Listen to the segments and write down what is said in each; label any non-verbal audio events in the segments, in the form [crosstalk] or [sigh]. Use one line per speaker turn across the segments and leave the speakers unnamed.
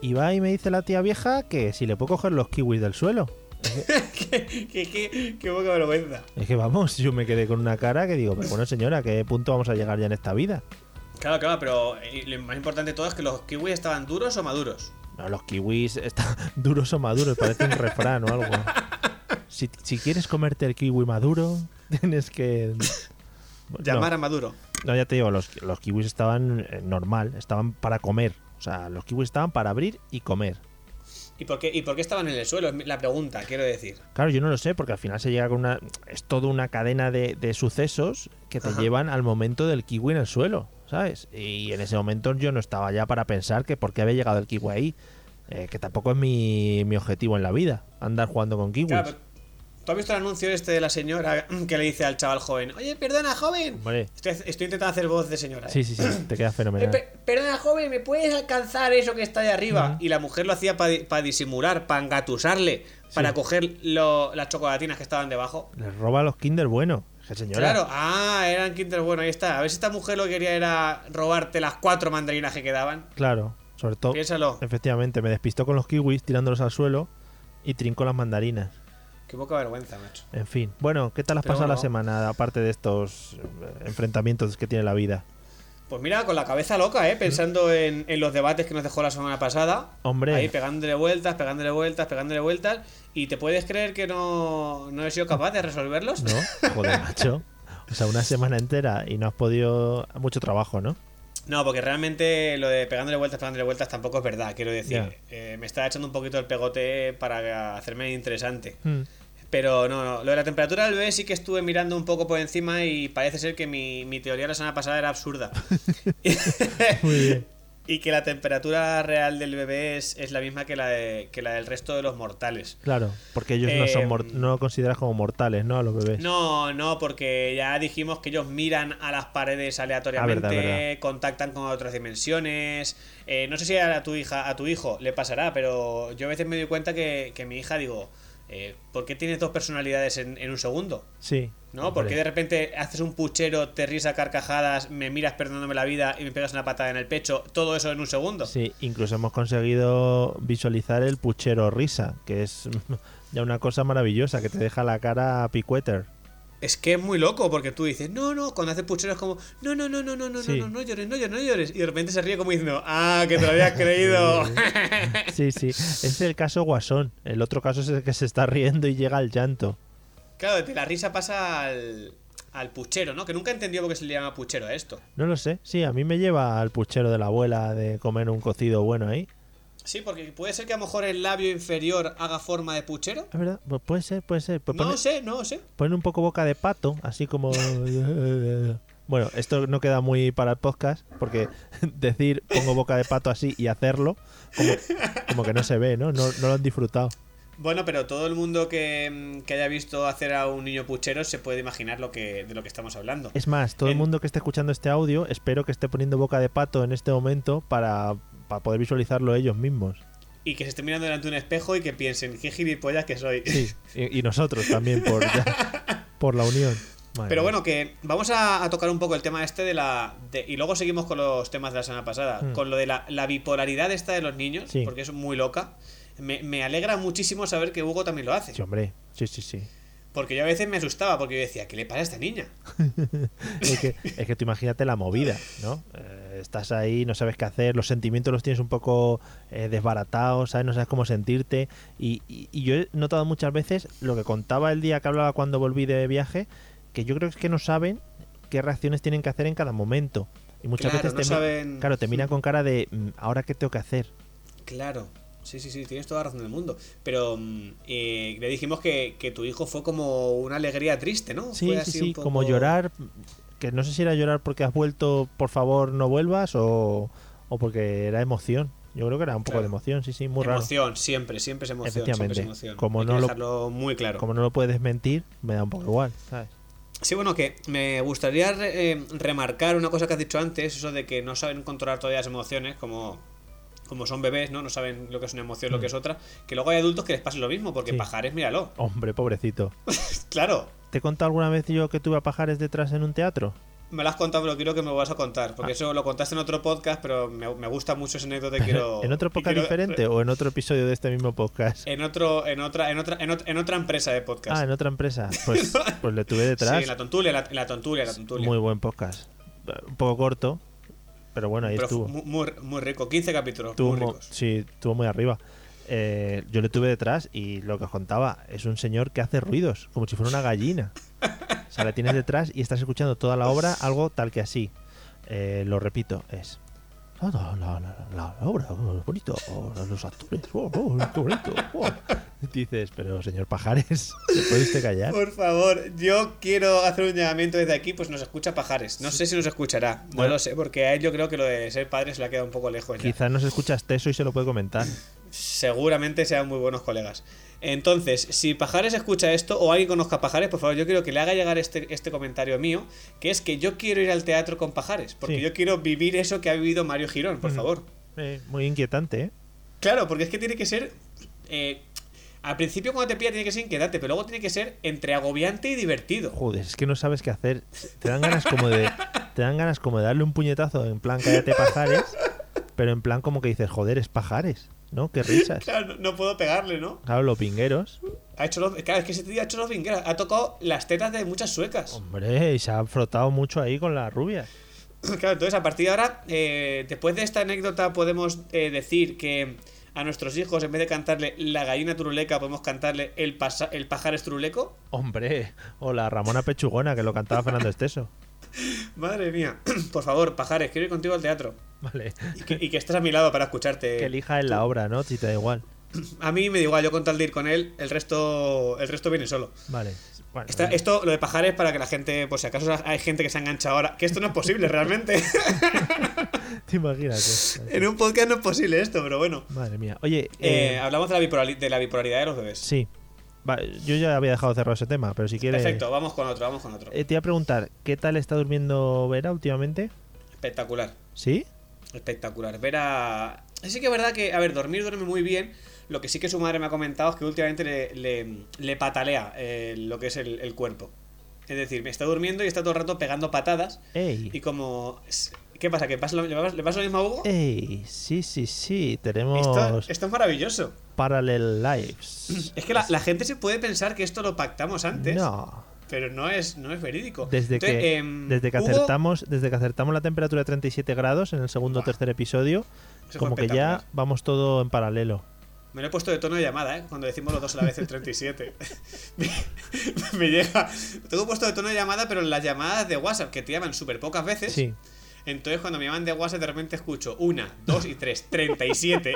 Y va y me dice la tía vieja que si le puedo coger los kiwis del suelo.
[laughs] qué, qué, qué- qué poca vergüenza.
Es que vamos, yo me quedé con una cara que digo, pero bueno señora, ¿a qué punto vamos a llegar ya en esta vida?
Claro, claro, pero eh, lo más importante de todo es que los kiwis estaban duros o maduros.
No, los kiwis están [laughs] duros o maduros, parece un refrán o algo. Si, si quieres comerte el kiwi maduro, [laughs] tienes
[laughs]
que... No,
Llamar a Maduro.
no, ya te digo, los, los kiwis estaban eh, normal, estaban para comer. O sea, los kiwis estaban para abrir y comer.
¿Y por, qué, ¿Y por qué estaban en el suelo? Es mi- la pregunta, quiero decir.
Claro, yo no lo sé, porque al final se llega con una. Es toda una cadena de, de sucesos que te llevan al momento del kiwi en el suelo, ¿sabes? Y en ese momento yo no estaba ya para pensar que por qué había llegado el kiwi ahí, eh, que tampoco es mi, mi objetivo en la vida, andar jugando con kiwis.
Claro, pero- ¿Tú has visto el anuncio este de la señora que le dice al chaval joven? Oye, perdona, joven.
Hombre.
Estoy, estoy intentando hacer voz de señora. ¿eh?
Sí, sí, sí, te queda
"Eh,
fenomenal.
per- perdona, joven, ¿me puedes alcanzar eso que está de arriba? Y la mujer lo hacía para disimular, para engatusarle, para coger lo- las chocolatinas que estaban debajo.
Les roba los Kinder bueno. Dije, señora.
Claro, ah, eran Kinder Bueno, ahí está. A ver si esta mujer lo que quería era robarte las cuatro mandarinas que quedaban.
Claro, sobre todo.
Piénsalo.
Efectivamente, me despistó con los kiwis tirándolos al suelo y trincó las mandarinas.
Qué poca vergüenza, macho.
En fin. Bueno, ¿qué tal has
Pero
pasado la
bueno.
semana aparte de estos eh, enfrentamientos que tiene la vida?
Pues mira, con la cabeza loca,
Mm.
¿eh? Pensando en, en los debates que nos dejó la semana pasada.
Hombre.
Ahí pegándole vueltas, pegándole vueltas, pegándole vueltas. ¿Y te puedes creer que no, no he sido capaz de resolverlos?
¿No? [laughs] Joder, macho. O sea, una semana entera y no has podido. Mucho trabajo, ¿no?
No, porque realmente lo de pegándole vueltas, pegándole vueltas tampoco es verdad, quiero decir.
Ya.
Eh, me está echando un poquito el pegote para hacerme interesante. Pero no, no, lo de la temperatura del bebé sí que estuve mirando un poco por encima y parece ser que mi, mi teoría la semana pasada era absurda.
[laughs] Muy bien.
[laughs] y que la temperatura real del bebé es, es la misma que la, de- que la del resto de los mortales.
Claro, porque ellos no son
Eh,
mor- no lo consideras como mortales, ¿no? A los bebés.
No, no, porque ya dijimos que ellos miran a las paredes aleatoriamente,
Ah, verdad, verdad.
contactan con otras dimensiones. Eh, no sé si a tu hija, a tu hijo le pasará, pero yo a veces me doy cuenta que, que mi hija digo, eh, ¿por qué tienes dos personalidades en- en un segundo?
Sí.
¿No?
Hombre.
Porque de repente haces un puchero, te ríes a carcajadas, me miras perdonándome la vida y me pegas una patada en el pecho, todo eso en un segundo.
Sí, incluso hemos conseguido visualizar el puchero risa, que es [laughs] ya una cosa maravillosa que te deja la cara
[laughs]
picueter.
Es que es muy loco porque tú dices, no, no, cuando haces puchero es como, no, no, no, no, no, no,
Sí.
no, no, no llores, no llores, no llores. Y de repente se ríe como diciendo, ah, que te
[laughs]
lo habías creído.
Sí, sí. Es el caso guasón. El otro caso es el que se está riendo y llega al llanto.
[laughs] claro, de la risa pasa al, al puchero, ¿no? Que nunca entendió por qué se le llama puchero a esto.
No lo sé. Sí, a mí me lleva al puchero de la abuela de comer un cocido bueno ahí.
Sí, porque puede ser que a lo mejor el labio inferior haga forma de puchero.
Es verdad, pues puede ser, puede ser. Pues pone,
No sé, no sé.
pone un poco boca de pato, así
[laughs]
como. bueno, esto no queda muy para el podcast, porque [laughs] decir pongo boca de pato así y hacerlo, como, como que no se ve, ¿no? ¿no? No lo han disfrutado.
Bueno, pero todo el mundo que, mm, que haya visto hacer a un niño puchero se puede imaginar lo que, de lo que estamos hablando.
Es más, todo el
En-
mundo que esté escuchando este audio, espero que esté poniendo boca de pato en este momento para, para poder visualizarlo ellos mismos.
Y que se esté mirando delante de un espejo y que piensen, qué gilipollas que soy.
Sí, y, y nosotros también, por, ya- por la unión. Madre
[laughs]
mía.
Pero bueno, que vamos a, a tocar un poco el tema este de la... de- y luego seguimos con los temas de la semana pasada. Con lo de la, la bipolaridad esta de los niños,
Mm. Sí.
porque es muy loca. Me, me alegra muchísimo saber que Hugo también lo hace.
Sí, hombre, sí, sí, sí. [laughs]
Porque yo a veces me asustaba, porque yo decía, ¿qué le pasa a esta niña?
Es que, es que tú imagínate la movida, ¿no? Eh, estás ahí, no sabes qué hacer, los sentimientos los tienes un poco eh, desbaratados, ¿sabes? No sabes cómo sentirte. Y, y- y yo he notado muchas veces lo que contaba el día que hablaba cuando volví de viaje, que yo creo que es que no saben qué reacciones tienen que hacer en cada momento. Y muchas
Claro,
veces
no
te, mi-
saben-
claro, te miran con cara de, "Mm, ¿ahora qué tengo que hacer?
Claro, sí, sí, sí, tienes toda la razón del mundo. Pero mm, eh, le dijimos que, que tu hijo fue como una alegría triste, ¿no?
Sí,
Fue
sí,
así
sí,
un poco-
como llorar, que no sé si era llorar porque has vuelto, por favor no vuelvas, o, o porque era emoción. Yo creo que era un poco
Claro.
de emoción, sí, sí, muy raro.
Emoción, siempre, siempre es emoción. Siempre es
Efectivamente.
emoción.
Como
Hay
no
que
lo-
dejarlo muy claro.
Como no lo puedes mentir, me da un poco igual, ¿sabes?
Sí, bueno, que me gustaría re- eh, remarcar una cosa que has dicho antes, eso de que no saben controlar todavía las emociones, como, como son bebés, ¿no? No saben lo que es una emoción, lo que es otra. Que luego hay adultos que les pasa lo mismo, porque
Mm. Sí.
pajares, míralo.
Hombre, pobrecito.
Claro,
¿Te he contado alguna vez yo que tuve a pajares detrás en un
[laughs]
teatro?
me lo has contado, pero quiero que me lo vas a contar, porque eso lo contaste en otro podcast, pero me, me gusta mucho esa anécdota y quiero...
Ah. [laughs] ¿En otro
y
podcast
quiero-
diferente o en otro episodio de este mismo podcast?
En otro, en otra, en otra, en ot- en otra empresa de podcast.
Ah, en otra empresa.
[laughs]
Pues, pues le tuve
sí, en
detrás.
la tontulia, en la, en la tontulia, en la tontulia.
Muy buen podcast. Un poco corto, pero bueno, ahí
Pero fu-
estuvo.
muy, muy- muy rico, 15 capítulos,
Estuvo
muy
mo-
ricos.
sí, estuvo muy arriba. Eh, yo le tuve detrás y lo que os contaba es un señor que hace ruidos, como si fuera una gallina. O sea, la tienes detrás y estás escuchando toda la obra, algo tal que así. Eh, lo repito, es. "Ah, La, la- la- la- la obra, oh, es bonito, oh, los actores, oh, oh, qué bonito. oh". Dices, pero señor Pajares, ¿se puede usted callar?
Por favor, yo quiero hacer un llamamiento desde aquí, pues nos escucha Pajares. No sé si nos escuchará, no lo sé, porque a él yo creo que lo de ser padre se le ha quedado un poco lejos ya.
Quizás nos escuchas teso y se lo puede comentar.
Seguramente sean muy buenos colegas. Entonces, si Pajares escucha esto o alguien conozca a Pajares, por favor, yo quiero que le haga llegar este, este comentario mío, que es que yo quiero ir al teatro con Pajares, porque
Sí.
yo quiero vivir eso que ha vivido Mario Girón, por favor.
Eh, muy inquietante, ¿eh?
Claro, porque es que tiene que ser... eh, al principio cuando te pilla tiene que ser inquietante, pero luego tiene que ser entre agobiante y divertido.
Joder, es que no sabes qué hacer. Te dan ganas como de. Te dan ganas como de darle un puñetazo en plan cállate pajares. Pero en plan como que dices, joder, es pajares, ¿no? Qué risas.
Claro, no- no puedo pegarle, ¿no?
Claro, los pingueros.
Ha hecho los, claro, es que ese tío ha hecho los vingueras. Ha tocado las tetas de muchas suecas.
Hombre, y se han frotado mucho ahí con las rubias.
Claro, entonces a partir de ahora, eh, después de esta anécdota, podemos eh, decir que a nuestros hijos, en vez de cantarle la gallina turuleca, podemos cantarle el, pasa- el pajar es turuleco.
Hombre, o la Ramona Pechugona que lo cantaba Fernando Esteso.
Madre mía, [clears throat] por favor, pajares, quiero ir contigo al teatro.
Vale.
Y que, y que estés a mi lado para
Que
escucharte.
elija en la obra, ¿no? Si te da igual.
A mí me da igual, yo con tal de ir con él, el resto, el resto viene solo.
Vale. Bueno,
Esta- esto, lo de pajares, para que la gente, por si acaso hay gente que se ha enganchado ahora, que esto no es posible realmente. [laughs]
te imagínate.
en un podcast no es posible esto, pero bueno.
Madre mía. Oye,
Eh,
eh,
hablamos de la, bipolari- de la bipolaridad de los bebés.
sí. Va, yo ya había dejado cerrado ese tema, pero si quieres.
Perfecto, vamos con otro, vamos con otro.
Eh, te iba a preguntar, ¿qué tal está durmiendo Vera últimamente?
Espectacular,
¿Sí?
espectacular. Vera. Sí que es verdad que, a ver, dormir duerme muy bien. Lo que sí que su madre me ha comentado es que últimamente le, le- le patalea eh, lo que es el, el cuerpo. Es decir, me está durmiendo y está todo el rato pegando patadas. Y
¡Ey!
como. ¿Qué pasa? ¿Que pasa lo- le, pasa, le pasa lo mismo a Hugo?
¡Ey! Sí, sí, sí.
Esto,
Tenemos
esto es maravilloso.
Parallel Lives.
Es que la, la gente se puede pensar que esto lo pactamos antes.
No.
Pero no es, no es verídico.
Desde
Entonces,
que,
em,
desde, que
Hugo-
acertamos, desde que acertamos la temperatura de 37 grados en el segundo o
Buah.
tercer episodio,
Eso fue
como que ya
espectacular.
vamos todo en paralelo.
Me lo he puesto de tono de llamada, ¿eh? Cuando decimos los dos a la vez el 37. me, [laughs] me llega. Tengo puesto de tono de llamada, pero en las llamadas de WhatsApp, que te llaman súper pocas veces.
Sí.
Entonces, cuando me llaman de WhatsApp, de repente escucho una, dos y tres, 37.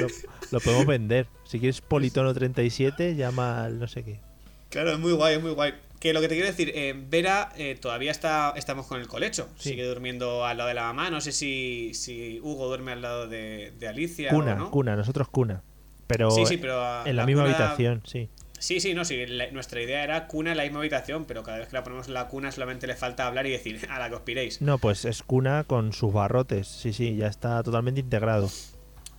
Lo, lo podemos vender. Si quieres Politono 37, llama al no sé qué.
[laughs] claro, es muy guay, es muy guay. Que lo que te quiero decir, eh, Vera eh, todavía está, estamos con el colecho.
Sí.
Sigue durmiendo al lado de la mamá. No sé si, si Hugo duerme al lado de, de Alicia.
Cuna,
o no.
cuna, nosotros cuna. Pero,
Sí, sí, pero a-
en la,
la
misma
cuna-
habitación, sí.
Sí, sí, no, sí. la- nuestra idea era cuna en la misma habitación, pero cada vez que la ponemos en la cuna solamente le falta hablar y decir [laughs] a la que os piréis.
No, pues es cuna con sus barrotes. Sí, sí, ya está totalmente integrado.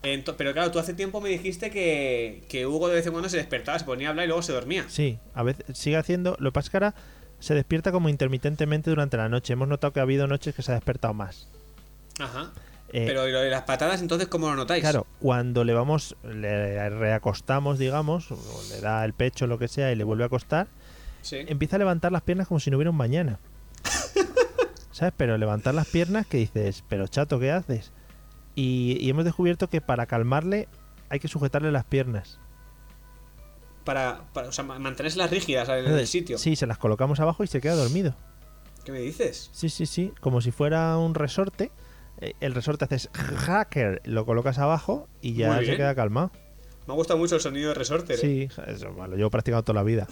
Ento- pero claro, tú hace tiempo me dijiste que, que Hugo de vez en cuando se despertaba, se ponía a hablar y luego se dormía.
Sí, a veces sigue haciendo. Lo que pasa es que ahora se despierta como intermitentemente durante la noche. Hemos notado que ha habido noches que se ha despertado más.
Ajá.
Eh,
pero ¿y lo de las patadas, entonces, ¿cómo lo notáis?
Claro, cuando le vamos, le reacostamos, digamos, o le da el pecho, lo que sea, y le vuelve a acostar,
Sí.
empieza a levantar las piernas como si no hubiera un mañana. ¿Sabes? Pero levantar las piernas que dices, pero chato, ¿qué haces? Y, y hemos descubierto que para calmarle hay que sujetarle las piernas.
para, para o sea, ma- mantenerlas rígidas en el
Entonces,
Eh, sitio.
Sí, se las colocamos abajo y se queda dormido.
¿Qué me dices?
Sí, sí, sí, como si fuera un resorte. Eh, El resorte haces hacker, lo colocas abajo y ya
Muy
se
bien.
queda calmado.
Me ha gustado mucho el sonido de resorte. ¿eh?
Sí, eso bueno, lo llevo practicado toda la vida.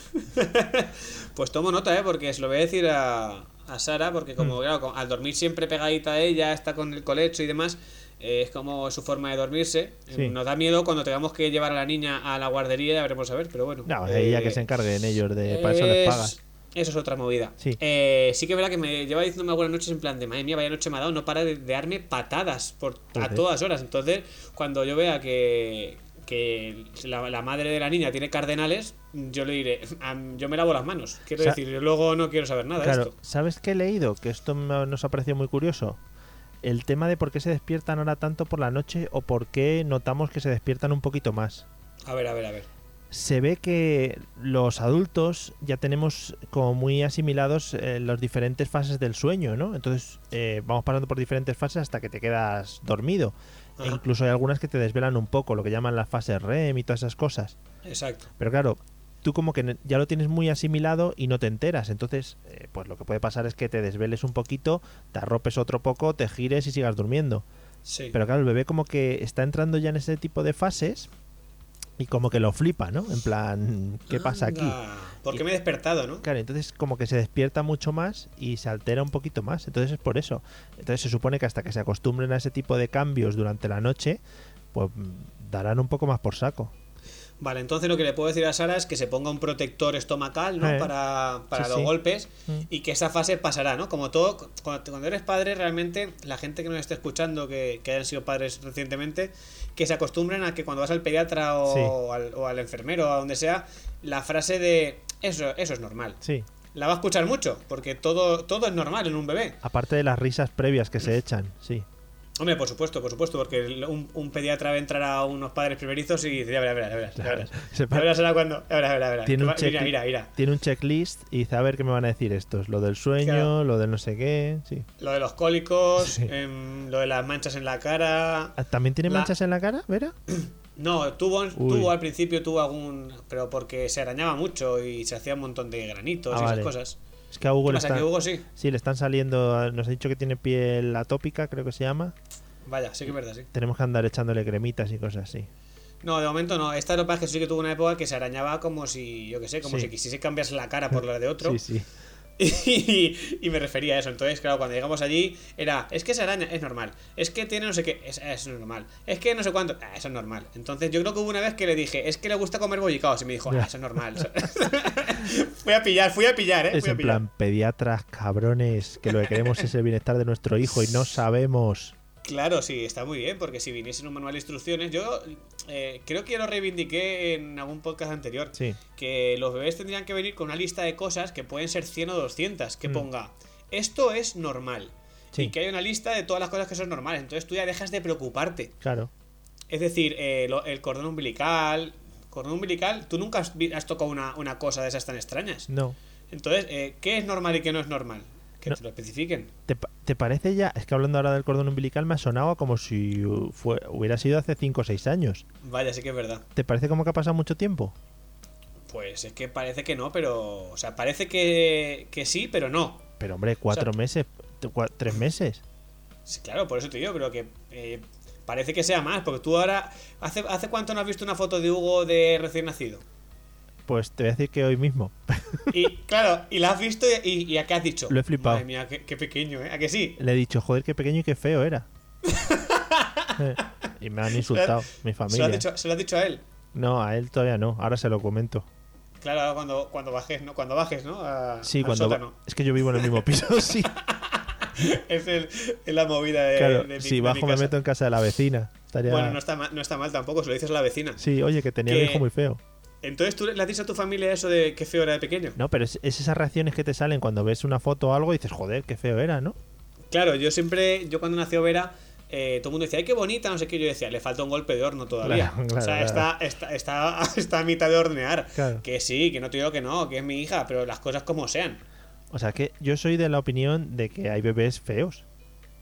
Pues tomo nota, ¿eh? Porque se lo voy a decir a, a Sara, porque
Mm.
como, claro, como al dormir siempre pegadita a ella, está con el colecho y demás, eh, es como su forma de dormirse.
Sí.
Eh, Nos da miedo cuando tengamos que llevar a la niña a la guardería, ya veremos a ver, pero bueno.
No, ella que se encargue en ellos, de, Eh, para eso les
Eh, es-
pagas.
Eso es otra movida.
Sí.
Eh, sí que es verdad que me lleva diciéndome algunas noches en plan de, madre mía, vaya noche me ha dado, no para de, de darme patadas por, a
Joder.
todas horas. Entonces, cuando yo vea que, que la, la madre de la niña tiene cardenales, yo le diré, [laughs] "Am, yo me lavo las manos. Quiero
O sea,
decir, yo luego no quiero saber nada de
Claro,
esto.
¿sabes qué he leído? Que esto me- nos ha parecido muy curioso. El tema de por qué se despiertan ahora tanto por la noche o por qué notamos que se despiertan un poquito más.
A ver, a ver, a ver.
E Se ve que los adultos ya tenemos como muy asimilados eh, las diferentes fases del sueño, ¿no? Entonces eh, vamos pasando por diferentes fases hasta que te quedas dormido. E
Ajá.
incluso hay algunas que te desvelan un poco, lo que llaman las fases REM y todas esas cosas.
Exacto.
Pero claro, tú como que ne- ya lo tienes muy asimilado y no te enteras. Entonces, eh, pues lo que puede pasar es que te desveles un poquito, te arropes otro poco, te gires y sigas durmiendo.
Sí.
Pero claro, el bebé como que está entrando ya en ese tipo de fases y como que lo flipa, ¿no? En plan, ¿qué pasa aquí?
Anda, ¿Por qué Ah, me he despertado, no?
Claro, entonces como que se despierta mucho más y se altera un poquito más. Entonces es por eso. Entonces se supone que hasta que se acostumbren a ese tipo de cambios durante la noche, pues mm, darán un poco más por saco.
Vale, entonces lo que le puedo decir a Sara es que se ponga un protector estomacal, ¿no?
Eh.
Para, para
Sí,
los
sí.
golpes
Mm.
y que esa fase pasará, ¿no? Como todo, cu- cuando, cuando eres padre, realmente la gente que nos esté escuchando, que, que hayan sido padres recientemente, que se acostumbren a que cuando vas al pediatra o,
Sí.
al, o al enfermero o a donde sea, la frase de eso, eso es normal.
Sí.
La va a escuchar mucho, porque todo, todo es normal en un bebé.
Aparte de las risas previas que se echan, sí.
Hombre, por supuesto, por supuesto, porque el- un, un pediatra va a entrar a unos padres primerizos y dice, ya verás, ya verás, ya verás, ya verás.
Se
Ya
pa-
verás ahora cuando, ya verás, ya verás, ya verás.
tiene, un
Va-
check-
Mira, mira, mira.
tiene un checklist y dice, a ver qué me van a decir estos. Lo del sueño,
Claro.
lo del no sé qué, sí.
Lo de los cólicos,
Sí.
em, lo de las manchas en la cara.
Ah, ¿También tiene
La-
manchas en la cara, Vera?
No, tuvo,
Uy.
tuvo al principio tuvo algún. Pero porque se arañaba mucho y se hacía un montón de granitos
Ah,
y esas
vale.
cosas.
Es que a Hugo
¿Qué
le
pasa?
están...
Que Hugo sí.
Sí, le están saliendo... Nos ha dicho que tiene piel atópica, creo que se llama.
Vaya, sí que es verdad, sí.
Tenemos que andar echándole cremitas y cosas así.
No, de momento no. Esta lo que pasa es que sí que tuvo una época que se arañaba como si, yo qué sé, como
Sí.
si quisiese cambiarse
[laughs]
la cara por la de otro. Eh,
Sí, sí.
[laughs] Y, y me refería a eso. Entonces, claro, cuando llegamos allí, era, es que se araña, es normal. Es que tiene no sé qué, es, es normal. Es que no sé cuánto, ah, eso es normal. Entonces, yo creo que hubo una vez que le dije, es que le gusta comer bollicaos. Y me dijo, ah, eso es normal. [laughs] fui a pillar, fui a pillar, eh.
Es
fui a
en
pillar.
plan, pediatras, cabrones, que lo que queremos es el bienestar de nuestro hijo y
[laughs]
no sabemos...
Claro, sí, está muy bien, porque si viniese en un manual de instrucciones, yo eh, creo que ya lo reivindiqué en algún podcast anterior.
Sí.
que los bebés tendrían que venir con una lista de cosas que pueden ser 100 o 200, que
Mm.
ponga, esto es normal.
Sí.
Y que hay una lista de todas las cosas que son normales, entonces tú ya dejas de preocuparte.
Claro.
Es decir, eh, lo- el cordón umbilical... Cordón umbilical, tú nunca has, vi- has tocado una, una cosa de esas tan extrañas.
No.
Entonces, eh, ¿qué es normal y qué no es normal? Que
No.
te lo especifiquen.
¿Te, pa- te parece ya? Es que hablando ahora del cordón umbilical me ha sonado como si uh, fue- hubiera sido hace 5 o 6 años.
Vaya, sí que es verdad.
¿Te parece como que ha pasado mucho tiempo?
Pues es que parece que no, pero... O sea, parece que, que sí, pero no.
Pero hombre, cuatro meses, t- cua- tres meses.
Sí, claro, por eso te digo, pero que eh, parece que sea más, porque tú ahora. ¿hace, ¿Hace cuánto no has visto una foto de Hugo de recién nacido?
Pues te voy a decir que hoy mismo. [laughs]
Y claro, y la has visto y, y, y a qué has dicho.
Lo he flipado.
Madre mía, qué, qué pequeño, ¿eh? ¿A que sí?
Le he dicho, joder, qué pequeño y qué feo
[laughs]
era. Eh, y me han insultado, mi
Se lo, has
familia.
dicho, se lo has dicho a él.
No, a él todavía no, ahora se lo comento.
Claro, ahora cuando, cuando bajes, ¿no? Cuando bajes, ¿no? A-
Sí,
al
cuando...
sótano. [laughs]
Es que yo vivo en el mismo piso, [laughs] sí.
Es, el- es la movida de.
Claro,
de mi- de
si
mi
bajo me
casa.
meto en casa de la vecina. Estaría...
Bueno, no está, mal, no está mal tampoco, se lo dices a la vecina.
Sí, oye, que tenía
Que-
un hijo muy feo.
Entonces tú le has dicho a tu familia eso de qué feo era de pequeño.
No, pero es, es esas reacciones que te salen cuando ves una foto o algo y dices, joder, qué feo era, ¿no?
Claro, yo siempre, yo cuando nació Vera, eh, todo el mundo decía, ay, qué bonita, no sé qué. Yo decía, le falta un golpe de horno todavía.
Claro,
o sea,
claro, claro.
Está, está, está, [laughs] está a mitad de hornear.
Claro.
Que sí, que no te digo que no, que es mi hija, pero las cosas como sean.
O sea, que yo soy de la opinión de que hay bebés feos.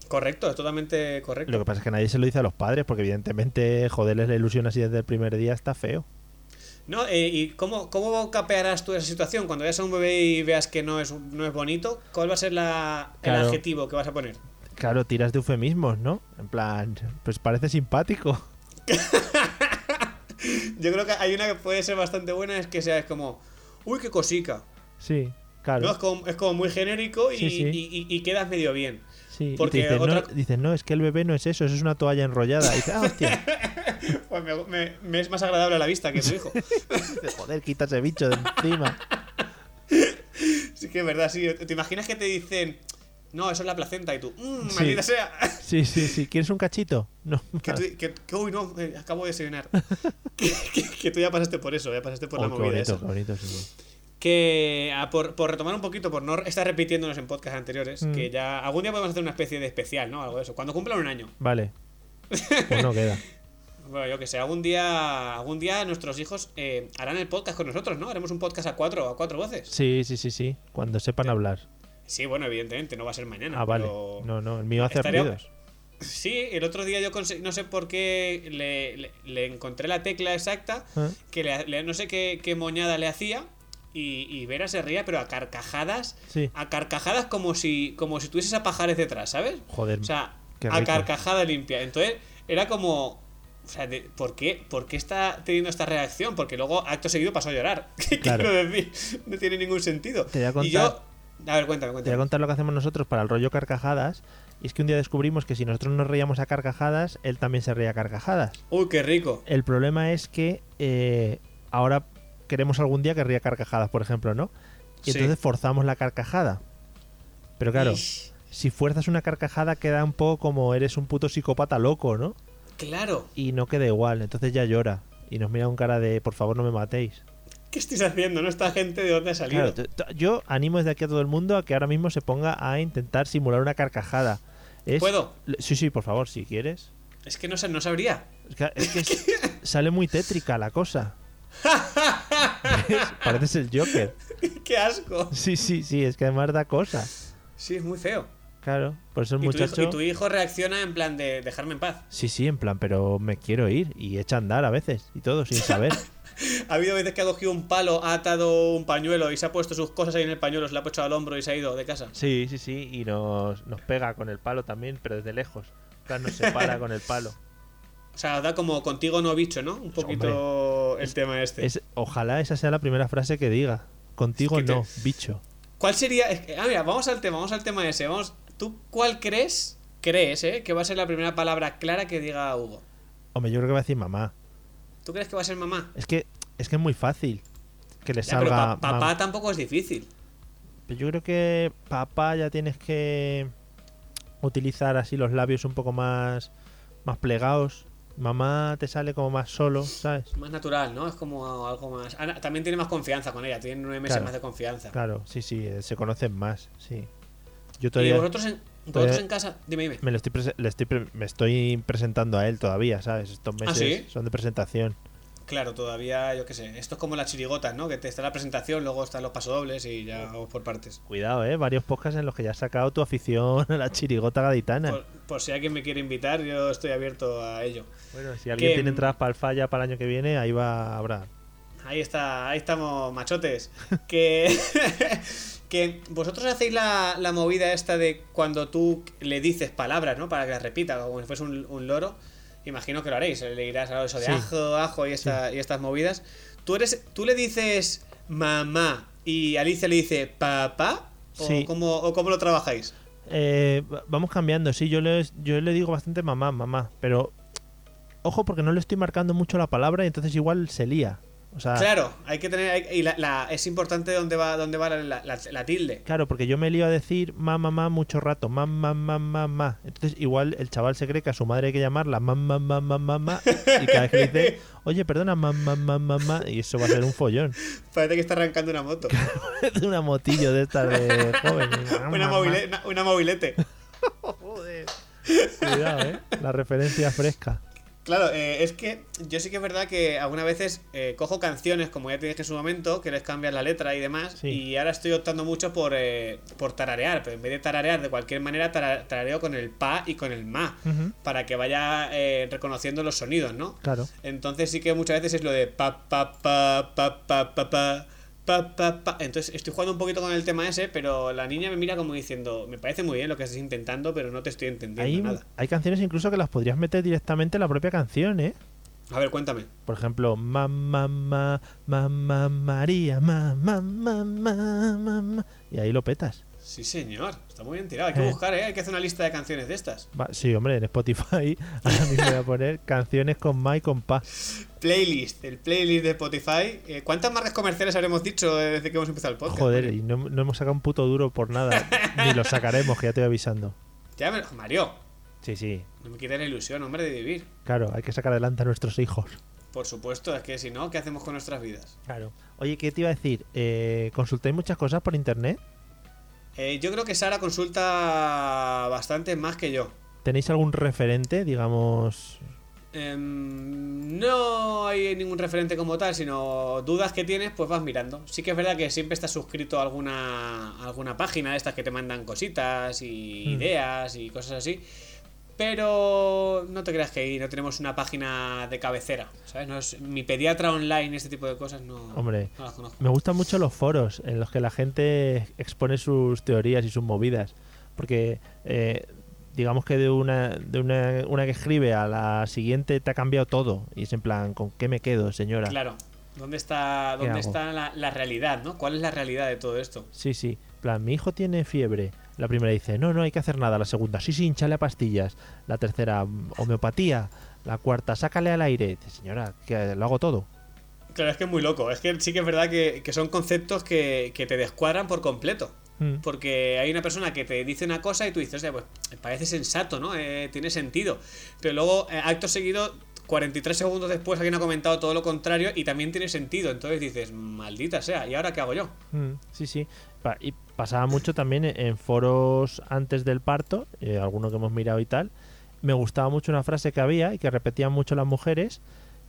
Correcto, es totalmente correcto.
Lo que pasa es que nadie se lo dice a los padres porque evidentemente joderles la ilusión así desde el primer día está feo.
¿No? Eh, ¿Y cómo, cómo capearás tú esa situación? Cuando veas a un bebé y veas que no es, no es bonito, ¿cuál va a ser la, el
Claro.
adjetivo que vas a poner? [laughs]
Claro, tiras de eufemismos, ¿no? En plan, pues parece simpático.
Yo creo que hay una que puede ser bastante buena, es que sea es como, uy, qué cosica.
Sí, claro.
¿no? Es, como, es como muy genérico y,
Sí, sí.
y- y- y quedas medio bien.
Sí, y
Porque
te dicen,
otra-
no,
[laughs]
dices, no, es que el bebé no es eso, eso es una toalla enrollada. Y dices, ah,
[laughs]
hostia,
Pues me, me- me es más agradable a la vista que su hijo. [laughs]
Dices, joder, quita ese bicho de encima.
Sí que es verdad, sí. ¿Te imaginas que te dicen, no, eso es la placenta y tú, mmm,
Sí.
maldita
[laughs]
sea?
Sí, sí, sí, ¿quieres un cachito? No,
[laughs] Que, tú- que- que, uy, no, eh, acabo de desayunar. [laughs] que, que- que tú ya pasaste por eso, ya pasaste por
Oh,
la
qué
movida
bonito,
esa.
qué bonito, sí, sí.
Que ah, por, por retomar un poquito, por no estar repitiéndonos en podcasts anteriores,
Mm.
que ya algún día podemos hacer una especie de especial, ¿no? Algo de eso. Cuando cumplan un año. [laughs]
Vale. Pues no queda.
Bueno, yo que sé, algún día, algún día nuestros hijos eh, harán el podcast con nosotros, ¿no? Haremos un podcast a cuatro, a cuatro voces.
Sí, sí, sí, sí. Cuando sepan hablar.
Sí, bueno, evidentemente, no va a ser mañana.
Ah, vale.
pero-
No, no, el mío hace
Estaría-
ruidos.
Sí, el otro día yo conse- no sé por qué le, le- le encontré la tecla exacta,
Ah.
que le, le- no sé qué, qué moñada le hacía, y, y Vera se ría, pero a carcajadas,
Sí.
a carcajadas como si, como si tuvieses a pajares detrás, ¿sabes?
Joder,
O sea,
Mm. qué
a
rico.
carcajada limpia. Entonces, era como... O sea, de- ¿por, qué, ¿por qué está teniendo esta reacción? Porque luego, acto seguido, pasó a llorar. [laughs] ¿Qué
Claro.
quiero decir? No tiene ningún sentido.
Te voy a
Y yo...
contar-
A ver,
Te
cuéntame,
voy a
cuéntame.
contar lo que hacemos nosotros para el rollo carcajadas. Y es que un día descubrimos que si nosotros nos reíamos a carcajadas, él también se reía a carcajadas.
Uy, qué rico.
El problema es que eh, ahora queremos algún día que ría carcajadas, por ejemplo, ¿no? Y
Sí.
entonces forzamos la carcajada. Pero claro,
Ish,
si fuerzas una carcajada queda un poco como eres un puto psicópata loco, ¿no?
Claro.
Y no queda igual, entonces ya llora. Y nos mira con cara de por favor no me matéis.
¿Qué estáis haciendo? ¿No? Esta gente de dónde ha
Claro,
salido.
t- t- yo animo desde aquí a todo el mundo a que ahora mismo se ponga a intentar simular una carcajada. Es-
¿Puedo?
l- Sí, sí, por favor, si quieres.
es que no, sa- no sabría. [laughs]
Es que, es que [laughs] s- sale muy tétrica la [laughs] cosa. Pareces el Joker.
¡Qué asco!
Sí, sí, sí, es que además da cosa.
Sí, es muy feo.
Claro, por eso el
Y tu, hijo,
muchacho.
y tu hijo reacciona en plan de dejarme en paz.
Sí, sí, en plan, pero me quiero ir. Y echa a andar a veces y todo, sin saber.
Ha habido veces que ha cogido un palo, ha atado un pañuelo y se ha puesto sus cosas ahí en el pañuelo, se la ha puesto al hombro y se ha ido de casa.
[laughs] Sí, sí, sí, y nos, nos pega con el palo también, pero desde lejos. En plan, nos separa con el palo.
O sea, da como contigo no bicho, ¿no? Un poquito el tema
[laughs]
este.
Pues, Es, ojalá esa sea la primera frase que diga. Contigo
Es que te-
no, bicho.
¿Cuál sería? es que- ah, mira, vamos al tema, vamos al tema ese. Vamos. ¿Tú cuál crees? ¿Crees, eh? Que va a ser la primera palabra clara que diga Hugo.
Hombre, yo creo que va a decir mamá.
¿Tú crees que va a ser mamá?
Es que es que es muy fácil que le
Ya, pero
salga
pa- papá
mam-
tampoco es difícil.
Pero Pues yo creo que papá ya tienes que utilizar así los labios un poco más más plegados. Mamá te sale como más solo, ¿sabes?
Más natural, ¿no? Es como algo más. Ana- también tiene más confianza con ella, tiene nueve meses
Claro.
más de confianza.
Claro, sí, sí, eh, se conocen más, sí. Yo
Y
todavía
vosotros en, vosotros en casa, dime, dime.
me lo estoy prese- le estoy pre- me estoy presentando a él todavía, ¿sabes? Estos meses
¿Ah, sí?
son de presentación.
Claro, todavía, yo qué sé. Esto es como las chirigotas, ¿no? Que te está la presentación, luego están los pasodobles y ya vamos por partes.
Cuidado, eh, varios podcasts en los que ya has sacado tu afición a la chirigota gaditana.
Por, por si alguien me quiere invitar, yo estoy abierto a ello.
Bueno, si alguien
Que,
tiene
mm,
entradas para el falla para el año que viene, ahí va habrá.
Ahí está, ahí estamos, machotes.
[laughs]
Que, [laughs] que vosotros hacéis la, la movida esta de cuando tú le dices palabras, ¿no? Para que las repita, como si fuese un, un loro. Imagino que lo haréis, le dirás algo de eso de
Sí.
ajo, ajo y, esta- y estas movidas. ¿Tú, eres, ¿Tú le dices mamá y Alicia le dice papá? ¿O,
Sí.
cómo, ¿O cómo lo trabajáis?
Eh, va- vamos cambiando, sí, yo le, yo le digo bastante mamá, mamá, pero ojo porque no le estoy marcando mucho la palabra y entonces igual se lía. O sea,
Claro, hay que tener. hay- y la- la- es importante dónde va, dónde va la, la- la tilde.
claro, porque yo me lío a decir mamá, mamá mucho rato, mamá, mamá, mamá. Entonces igual el chaval se cree que a su madre hay que llamarla mamá, mamá, mamá, y cada vez que le dice, oye, perdona, mamá, mamá, mamá, y eso va a ser un follón. [laughs]
Parece que está arrancando una moto.
de una motillo de estas de joven.
[laughs] una,
Mamá. [laughs]
movile- una- una movilete.
Cuidado, eh. La referencia fresca.
Claro, eh, es que yo sí que es verdad que algunas veces eh, cojo canciones, como ya te dije en su momento, que les cambias la letra y demás,
Sí.
y ahora estoy optando mucho por, eh, por tararear, pero en vez de tararear de cualquier manera, tara- tarareo con el pa y con el ma,
Ujú.
para que vaya eh, reconociendo los sonidos, ¿no?
Claro.
Entonces sí que muchas veces es lo de pa pa pa pa pa pa pa pa pa pa. Entonces estoy jugando un poquito con el tema ese, pero la niña me mira como diciendo, me parece muy bien lo que estás intentando, pero no te estoy entendiendo
Hay,
nada.
hay canciones incluso que las podrías meter directamente en la propia canción, ¿eh?
A ver, cuéntame.
Por ejemplo, mamá, mamá, mamá, María, mamá, mamá, mamá. Y ahí lo petas.
Sí, señor. Está muy bien tirado. Hay que
Eh.
buscar, ¿eh? Hay que hacer una lista de canciones de estas.
Va- Sí, hombre, en Spotify [laughs] ahora mismo voy a poner canciones con ma y con pa.
Playlist. El playlist de Spotify. Eh, ¿Cuántas marcas comerciales habremos dicho eh, desde que hemos empezado el podcast?
Joder, y no, no hemos sacado un puto duro por nada. Ni lo sacaremos, que ya te voy avisando.
Ya me... Mario,
Sí, sí.
no me quites la ilusión, hombre, de vivir.
Claro, hay que sacar adelante a nuestros hijos.
Por supuesto, es que si no, ¿qué hacemos con nuestras vidas?
Claro. Oye, ¿qué te iba a decir? Eh, ¿Consultáis muchas cosas por internet?
Eh, yo creo que Sara consulta bastante más que yo.
¿Tenéis algún referente, digamos?
Em, no hay ningún referente como tal, sino dudas que tienes, pues vas mirando. Sí que es verdad que siempre estás suscrito a alguna, a alguna página de estas que te mandan cositas y
Mm.
ideas y cosas así. Pero no te creas que ahí no tenemos una página de cabecera, ¿sabes? No es- mi pediatra online, este tipo de cosas, no,
Hombre,
no las conozco.
Me gustan mucho los foros en los que la gente expone sus teorías y sus movidas. Porque eh, digamos que de una, de una, una que escribe a la siguiente te ha cambiado todo. Y es en plan, ¿con qué me quedo, señora?
Claro. ¿Dónde está,
¿Qué
dónde
hago?
está la, la realidad, no? ¿Cuál es la realidad de todo esto?
Sí, sí. En plan, mi hijo tiene fiebre. La primera dice, no, no hay que hacer nada. La segunda, sí, sí, hinchale a pastillas. La tercera, mm, homeopatía. La cuarta, sácale al aire. Dice, señora, que lo hago todo.
Claro, es que es muy loco. Es que sí que es verdad que, que son conceptos que, que te descuadran por completo.
Mm.
Porque hay una persona que te dice una cosa y tú dices, "Hostia, pues parece sensato, ¿no? Eh, tiene sentido. Pero luego, eh, acto seguido, 43 segundos después, alguien ha comentado todo lo contrario y también tiene sentido. Entonces dices, maldita sea, ¿y ahora qué hago yo?
Mm, sí, sí. Pa- y pasaba mucho también e, en- en foros antes del parto, eh, alguno que hemos mirado y tal. Me gustaba mucho una frase que había y que repetían mucho las mujeres,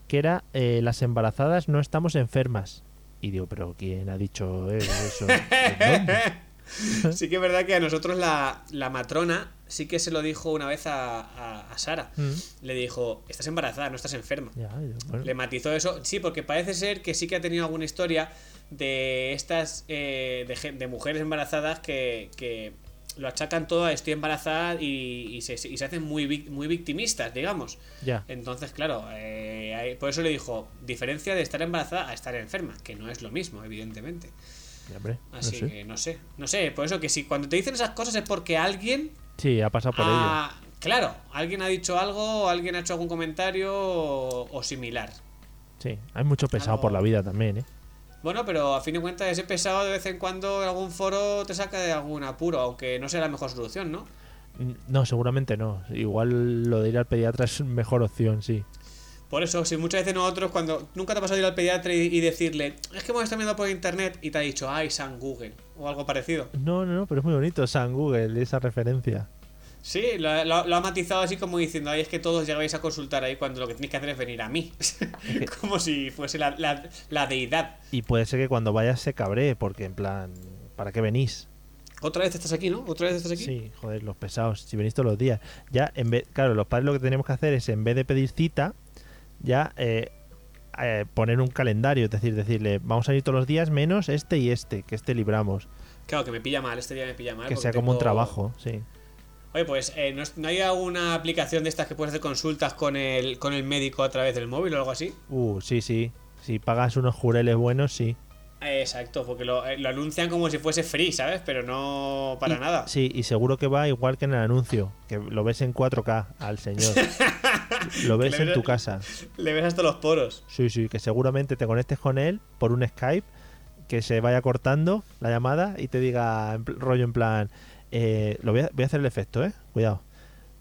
que era eh, las embarazadas no estamos enfermas. Y digo, pero ¿quién ha dicho eh,
[laughs]
eso? ¿Dónde?
sí que es verdad que a nosotros la, la matrona sí que se lo dijo una vez a, a- a Sara.
Mm.
Le dijo, estás embarazada, no estás enferma.
Ya, yo, bueno.
Le matizó eso. Sí, porque parece ser que sí que ha tenido alguna historia de estas. eh, de, gen- de mujeres embarazadas que, que lo achacan todo a estoy embarazada y, y se, y se hacen muy, vic- muy victimistas, digamos.
Ya.
Entonces, claro, eh, ahí- por eso le dijo: diferencia de estar embarazada a estar enferma, que no es lo mismo, evidentemente.
Ya, hombre, no
Así
sé.
que no sé. No sé, por eso que si cuando te dicen esas cosas es porque alguien
Sí, ha pasado por ello.
ha- Claro, alguien ha dicho algo, alguien ha hecho algún comentario o- o similar.
Sí, hay mucho pesado por la vida también, ¿eh?
Bueno, pero a fin de cuentas ese pesado de vez en cuando en algún foro te saca de algún apuro, aunque no sea la mejor solución, ¿no?
Mm, No, seguramente no. Igual lo de ir al pediatra es mejor opción, sí.
Por eso, si muchas veces nosotros, cuando nunca te ha pasado ir al pediatra y, y decirle, es que hemos estado viendo por internet y te ha dicho, ay, San Google, o algo parecido.
No, no, no, pero es muy bonito San Google, esa referencia.
Sí, lo, lo- lo ha matizado así como diciendo, ay, es que todos llegáis a consultar ahí cuando lo que tenéis que hacer es venir
[laughs]
a mí. como si fuese la, la- la deidad.
Y puede ser que cuando vayas se cabree, porque en plan, ¿para qué venís?
Otra vez estás aquí, ¿no? Otra vez estás aquí.
Sí, joder, los pesados, si venís todos los días. Ya, en vez, claro, los padres lo que tenemos que hacer es, en vez de pedir cita, ya eh, eh, poner un calendario, es decir, decirle, vamos a ir todos los días menos este y este, que este libramos,
Claro, que me pilla mal, este día me pilla mal.
que
Ah, porque
sea como un
tengo-
trabajo, sí.
Oye, pues eh, ¿no, es- no hay alguna aplicación de estas que puedes hacer consultas con el, con el médico a través del móvil o algo así?
Uh, sí, sí. Si pagas unos jureles buenos, sí.
Eh, Exacto, porque lo, eh, lo anuncian como si fuese free, ¿sabes? Pero no para
Y-
nada.
Sí, y seguro que va igual que en el anuncio, que lo ves en 4K al
[laughs]
señor. lo ves en tu casa.
Le ves hasta los poros.
Sí, sí, que seguramente te conectes con él por un Skype, que se vaya cortando la llamada y te diga en pl- rollo en plan, eh, lo voy a, voy a hacer el efecto, ¿eh? Cuidado.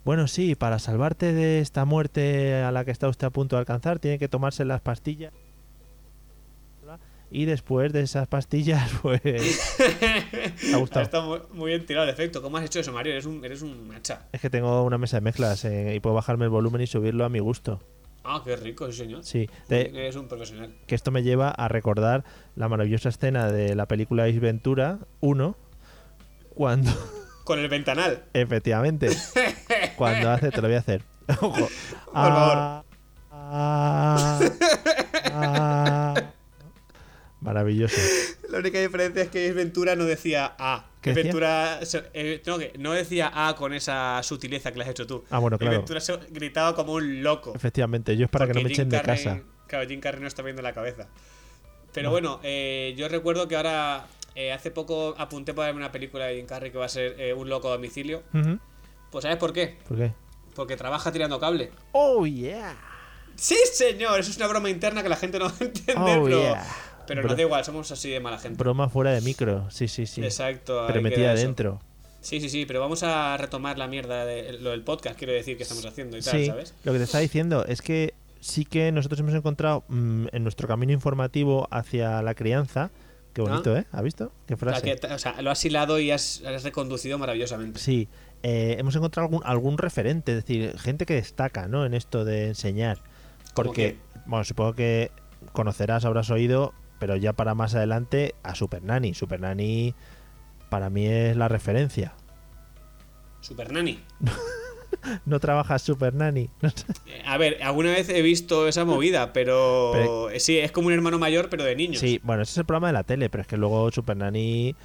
Bueno, sí, para salvarte de esta muerte a la que está usted a punto de alcanzar, tiene que tomarse las pastillas. Y después de esas pastillas, [laughs] pues... ¿Te ha gustado?
[laughs] Está muy, muy bien tirado el efecto. ¿Cómo has hecho eso, Mario? Eres un, eres un hacha.
Es que tengo una mesa de mezclas eh, y puedo bajarme el volumen y subirlo a mi gusto.
Ah, qué rico, sí, señor.
Sí, de-
Eres un profesional.
que esto me lleva a recordar la maravillosa escena de la película Ace Ventura 1, cuando, [laughs]
Con el ventanal.
efectivamente, cuando hace, te lo voy a hacer. Ojo. Ah, Por
favor.
ah, maravilloso.
[laughs] La única diferencia es que Ventura no decía A.
¿Qué decía?
Ventura se- eh, no, que no decía A con esa sutileza que le has hecho tú.
Ah, bueno, claro.
Ventura se gritaba como un loco.
Efectivamente, yo es para que no
Porque
me
Jim
echen de
Carrey-
casa.
Claro, Jim Carrey no está viendo la cabeza. Pero bueno, eh, yo recuerdo que ahora, eh, hace poco apunté para verme una película de Jim Carrey que va a ser eh, Un loco a domicilio.
Ujú,
Pues ¿sabes por qué?
¿Por qué?
Porque trabaja tirando cable.
Oh, yeah.
Sí, señor, eso es una broma interna que la gente no va a entender,
Oh,
pero,
yeah.
pero nos
Bro-
da igual, somos así de mala gente.
Broma fuera de micro, sí, sí, sí.
Exacto.
Pero
ahí queda
metida
eso.
adentro.
Sí, sí, sí, pero vamos a retomar la mierda de lo del podcast, quiero decir, que estamos haciendo y tal,
Sí,
¿sabes?
lo que te estaba diciendo es que sí que nosotros hemos encontrado mm, en nuestro camino informativo hacia la crianza. Qué bonito, ¿eh? ¿Has visto? Qué
O sea,
frase.
Ah. que- o sea, lo has hilado y has, has reconducido maravillosamente.
Sí, eh, hemos encontrado algún, algún referente, es decir, gente que destaca, ¿no? En esto de enseñar.
¿Cómo
Porque, bueno, supongo que conocerás, habrás oído, pero ya para más adelante, a Super Nani. Super Nani para mí es la referencia. [laughs]
Super Nani.
No trabajas Super [laughs] Nani.
Eh, A ver, alguna vez he visto esa movida, pero,
Pero-
eh, sí, es como un hermano mayor, pero de niños.
Sí, bueno, ese es el programa de la tele, pero es que luego Super Nani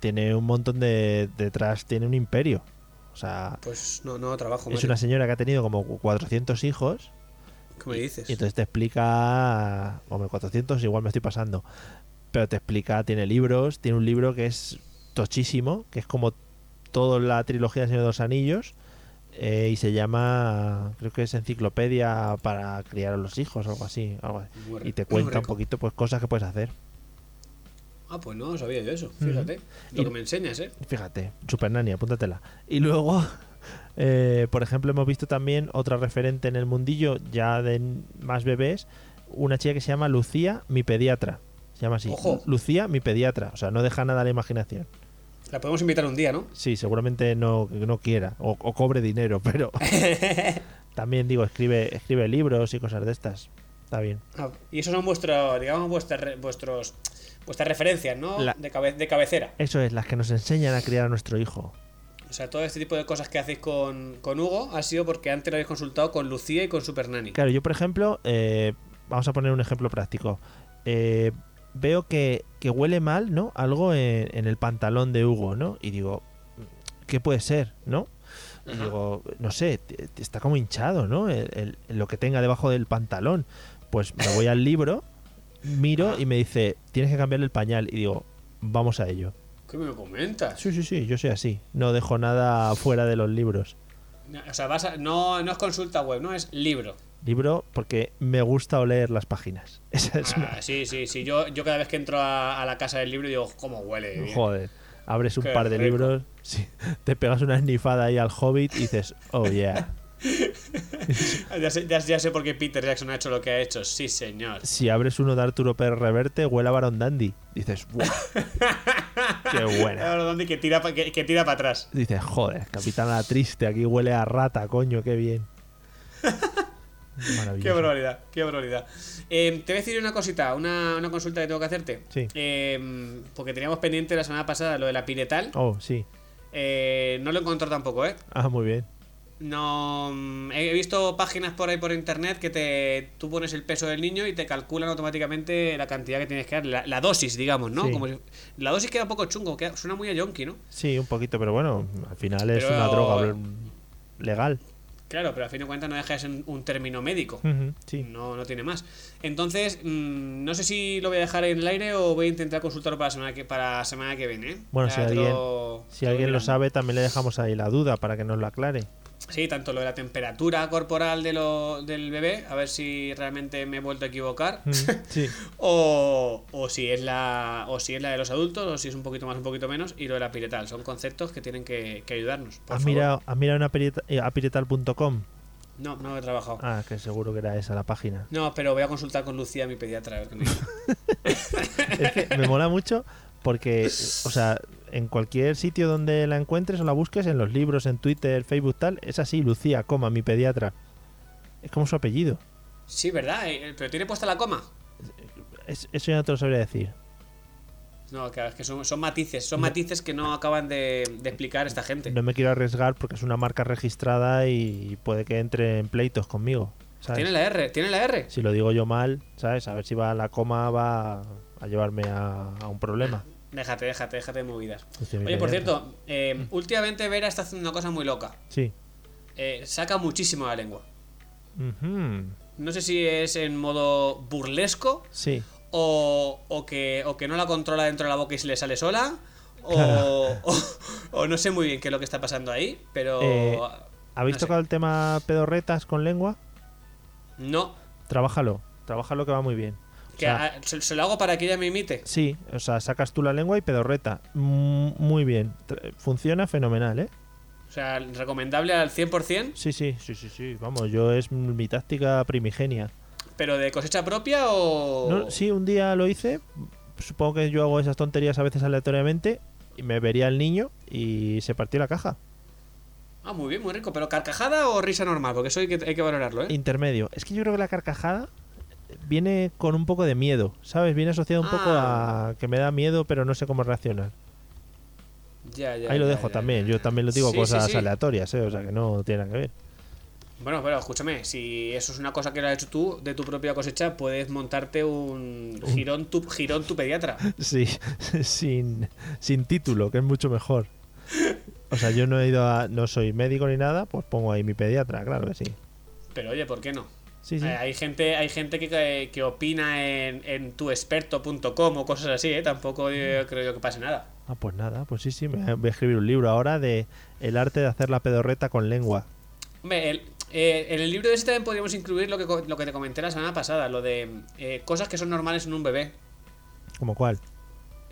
tiene un montón de. detrás, tiene un imperio. O sea,
Pues no, no trabajo
es
Mario.
una señora que ha tenido como 400 hijos
¿Qué me dices?
y entonces te explica. Hombre, 400, igual me estoy pasando. Pero te explica, tiene libros, tiene un libro que es tochísimo, que es como toda la trilogía del Señor de los Anillos. eh, y se llama, creo que es enciclopedia para criar a los hijos, algo así. Algo así.
Muy rico,
Y te
muy
cuenta un
rico.
poquito pues cosas que puedes hacer.
Ah, pues no, sabía yo eso, fíjate. Lo
Y-
que me enseñas, ¿eh?
Fíjate, Supernani, apúntatela. Y luego, [laughs] eh, por ejemplo, hemos visto también otra referente en el mundillo, ya de n- más bebés, una chica que se llama Lucía, mi pediatra. Se llama así.
Ojo.
Lucía, mi pediatra. O sea, no deja nada a la imaginación.
La podemos invitar un día, ¿no?
Sí, seguramente no, no quiera o, o cobre dinero, [laughs] pero también digo, escribe, escribe libros y cosas de estas. Está bien.
Ah, y esos son vuestros, digamos, vuestras re- vuestros, vuestras referencias, ¿no?
La-
De, cabe- de cabecera.
Eso es, las que nos enseñan a criar a nuestro hijo.
O sea, todo este tipo de cosas que hacéis con, con Hugo ha sido porque antes lo habéis consultado con Lucía y con Super Nani.
Claro, yo por ejemplo, eh, vamos a poner un ejemplo práctico. Eh, veo que, que huele mal, ¿no? Algo en, en el pantalón de Hugo, ¿no? Y digo, ¿qué puede ser, no? Y digo, no sé, t- t- está como hinchado, ¿no? El- el- lo que tenga debajo del pantalón. Pues me voy al libro, miro y me dice, tienes que cambiarle el pañal. Y digo, vamos a ello.
¿Qué me comentas?
Sí, sí, sí, yo soy así. No dejo nada fuera de los libros.
No, O sea, vas a- no, no es consulta web, no es libro.
Libro porque me gusta oler las páginas. [laughs] Esa es una-
Ah, sí, sí, sí. Yo, yo cada vez que entro a, a la casa del libro digo, ¿cómo huele? bien".
Joder, abres un
Qué
par de
rico.
libros, [laughs] sí, te pegas una esnifada ahí al hobbit y dices, oh yeah.
[laughs] Ya, sé, ya- ya sé por qué Peter Jackson ha hecho lo que ha hecho. Sí, señor.
Si abres uno de Arturo Pérez Reverte, huele a Baron Dandy. Dices, wow,
[laughs]
qué buena.
Ahora, ¿dónde? Que tira, pa- que, que tira para atrás.
Dices, joder, capitana triste, aquí huele a rata, coño, qué bien. Maravilloso.
[laughs] Qué barbaridad, qué barbaridad. Eh, te voy a decir una cosita, una, una consulta que tengo que hacerte.
Sí.
Eh, porque teníamos pendiente la semana pasada lo de la pinetal.
Oh, sí.
Eh, no lo encontró tampoco, ¿eh?
Ah, muy bien.
No. mm, He visto páginas por ahí por internet que te, tú pones el peso del niño y te calculan automáticamente la cantidad que tienes que dar, la, la dosis, digamos, ¿no?
Sí.
Como si- la dosis queda un poco chungo, queda- suena muy a yonki, ¿no?
Sí, un poquito, pero bueno, al final es
Pero-
una droga legal.
Claro, pero a fin de cuentas no deja de ser un, un término médico.
Ujú, Sí.
No, no tiene más. Entonces, mm, no sé si lo voy a dejar en el aire o voy a intentar consultarlo para la semana que, para la semana que viene. ¿eh?
Bueno,
Ya
si
te
alguien-
lo- te
Si
lo voy
alguien lo
mirando.
sabe, también le dejamos ahí la duda para que nos lo
[laughs]
aclare.
Sí, tanto lo de la temperatura corporal de lo, del bebé, a ver si realmente me he vuelto a equivocar. [laughs]
Ujú, Sí.
O, o si es la o si es la de los adultos o si es un poquito más un poquito menos y lo de la piretal son conceptos que tienen que, que ayudarnos por
¿Has
favor.
mirado, has mirado en apirita- eh, apiretal.com?
no no he trabajado
Ah, que seguro que era esa la
[laughs]
página.
no pero voy a consultar con Lucía mi pediatra a ver qué
[laughs]
me dice.
Es que me mola mucho porque, o sea, en cualquier sitio donde la encuentres o la busques, en los libros, en Twitter, Facebook, tal, es así, Lucía, coma, mi pediatra. Es como su apellido.
Sí, ¿verdad? Eh, Pero tiene puesta la coma.
Es- eso ya no te lo sabría decir.
No, claro, es que son, son matices, son matices que no acaban de, de explicar esta gente.
No me quiero arriesgar porque es una marca registrada y puede que entre en pleitos conmigo. ¿sabes?
Tiene la R, tiene la R.
Si lo digo yo mal, ¿sabes? A ver si va la coma, va a llevarme a, a un problema.
Déjate, déjate, déjate de movidas.
Hostia, mira, Mm.
Oye, por
ya
cierto, eh, últimamente Vera está haciendo una cosa muy loca.
Sí.
Eh, saca muchísimo la lengua.
Ujú.
No sé si es en modo burlesco
Sí.
o, o que, o que no la controla dentro de la boca y se le sale sola. O,
Claro.
[laughs] o- o no sé muy bien qué es lo que está pasando ahí, pero...
Eh, ¿Habéis
no sé.
tocado el tema pedorretas con lengua?
No,
Trabájalo. Trabájalo que va muy bien. O
que
sea,
ah, se, se lo hago para que ella me imite.
Sí, o sea, sacas tú la lengua y pedorreta. Mm, Muy bien. Tra- Funciona fenomenal, ¿eh?
O sea, recomendable al 100%,
Sí, sí, sí, sí, sí. Vamos, yo es mi táctica primigenia.
pero de cosecha propia o...
No, sí, un día lo hice. Supongo que yo hago esas tonterías a veces aleatoriamente. Y me vería el niño y se partió la caja.
Ah, muy bien, muy rico. Pero carcajada o risa normal, porque eso hay que, hay que valorarlo, ¿eh?
Intermedio. Es que yo creo que la carcajada viene con un poco de miedo, ¿sabes? Viene asociada un poco
Ah.
a que me da miedo, pero no sé cómo reaccionar.
Ya, ya,
Ahí lo
ya,
dejo
ya.
también. Yo también lo digo
Sí, sí,
cosas
sí.
aleatorias, ¿eh? O sea, que no tiene nada que ver. [laughs]
Bueno, pero escúchame, si eso es una cosa que lo has hecho tú, de tu propia cosecha, puedes montarte un girón tu, girón tu pediatra.
Sí, sin, sin título, que es mucho mejor. O sea, yo no he ido a. No soy médico ni nada, pues pongo ahí mi pediatra, claro que sí.
Pero oye, ¿por qué no?
Sí, sí.
Eh, hay gente, hay gente que- que, que opina en, en tuexperto.com o cosas así, ¿eh? Tampoco
Mm.
eh, creo yo que pase nada.
Ah, pues nada, pues sí, sí, me voy a escribir un libro ahora de el arte de hacer la pedorreta con lengua.
Hombre, el- eh, en el libro de ese también podríamos incluir lo que, co- lo que te comenté la semana pasada, lo de eh, cosas que son normales en un bebé.
¿Como cuál?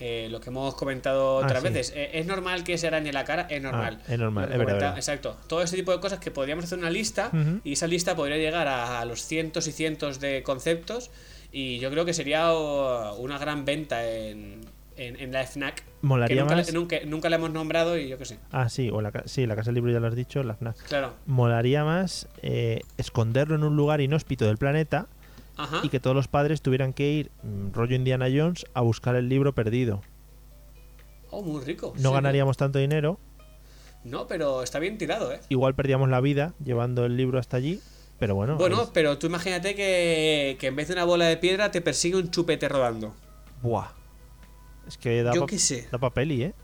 Eh, lo que hemos comentado
Ah,
otras
sí.
veces. Eh, ¿Es normal que se arañe la cara? Es normal.
Ah, es normal,
Lo que
es verdad,
comenta-
verdad.
Exacto. Todo este tipo de cosas que podríamos hacer una lista
Ujú.
y esa lista podría llegar a, a los cientos y cientos de conceptos y yo creo que sería oh, una gran venta en, en, en la FNAC.
Molaría
que nunca,
más.
le- nunca, nunca la hemos nombrado y yo qué sé.
Ah, sí, o la, ca- sí, la casa del libro ya lo has dicho, la FNAC.
Claro.
Molaría más eh, esconderlo en un lugar inhóspito del planeta
Ajá.
y que todos los padres tuvieran que ir, mm, rollo Indiana Jones, a buscar el libro perdido.
Oh, muy rico.
No
Sí,
ganaríamos tanto dinero,
No, pero está bien tirado, ¿eh?
igual perdíamos la vida llevando el libro hasta allí, pero bueno.
bueno,
ahí-
pero tú imagínate que, que en vez de una bola de piedra te persigue un chupete rodando.
Buah. Es que da,
Yo
pa-
qué sé.
da pa' peli, ¿eh?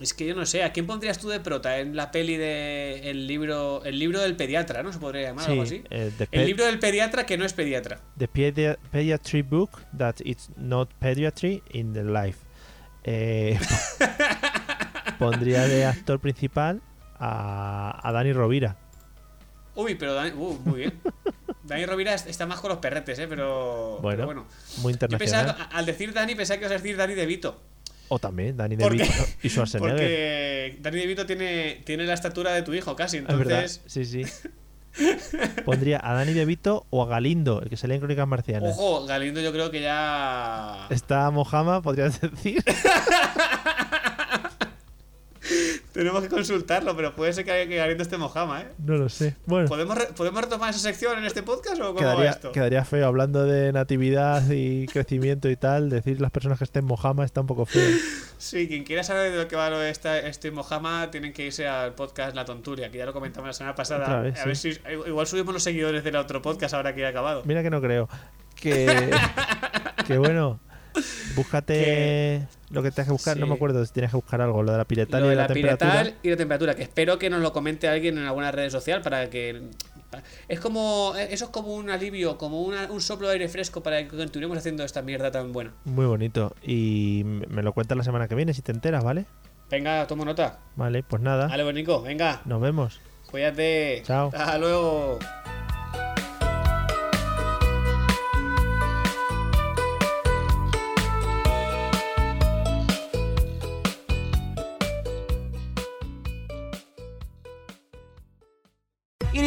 Es que yo no sé, ¿a quién pondrías tú de prota en la peli de el libro el libro del pediatra, no se podría llamar algo así?
eh, the
El
pe-
libro del pediatra que no es pediatra.
The pedi- Pediatry Book That It's Not Pediatry in the Life. Eh,
[laughs]
pondría de actor principal a, a Dani Rovira.
Uy, pero Dani, uh, muy
[laughs]
bien. Dani Rovira es- está más con los perretes, eh, pero pero
Bueno,
bueno.
muy
Yo
internacional.
pensaba, a- al decir Dani pensaba que ibas a decir Dani De Vito,
O también Dani
¿Por
DeVito
qué?
y Schwarzenegger.
porque Dani De Vito tiene tiene la estatura de tu hijo casi,
Es verdad,
entonces
sí, sí.
[laughs]
Pondría a Dani DeVito o a Galindo, el que sale en Crónicas Marcianas.
ojo, Galindo yo creo que ya
[laughs] Está Mojama, podrías decir. [laughs]
tenemos que consultarlo, pero puede ser que, que Galindo esté mojama, ¿eh?
No lo sé. Bueno,
¿Podemos, re- ¿Podemos retomar esa sección en este podcast o cómo va
quedaría,
esto?
quedaría feo hablando de natividad
[laughs]
y crecimiento y tal. Decir las personas que estén Mojama está un poco feo.
Sí, quien quiera saber de lo que va lo de esta, este Mojama, tienen que irse al podcast La Tonturia, que ya lo comentamos la semana
Otra
pasada.
vez,
a ver si igual subimos los seguidores del otro podcast ahora que ya ha acabado.
Mira que no creo.
[laughs]
Que, que bueno, búscate
Que-
lo que tengas que buscar. No
Sí.
me acuerdo si tienes que buscar algo, lo de la piretal
Lo
y
de
la,
la
temperatura.
piretal y la temperatura, que espero que nos lo comente alguien en alguna red social para que. Es como. e-, Eso es como un alivio, como una- un soplo de aire fresco para que continuemos haciendo esta mierda tan buena.
Muy bonito. Y m- me lo cuentas la semana que viene si te enteras, ¿vale?
Venga, tomo nota.
Vale, pues nada.
Vale, pues Nico, venga,
Nos vemos.
cuídate.
Chao.
Hasta luego.
It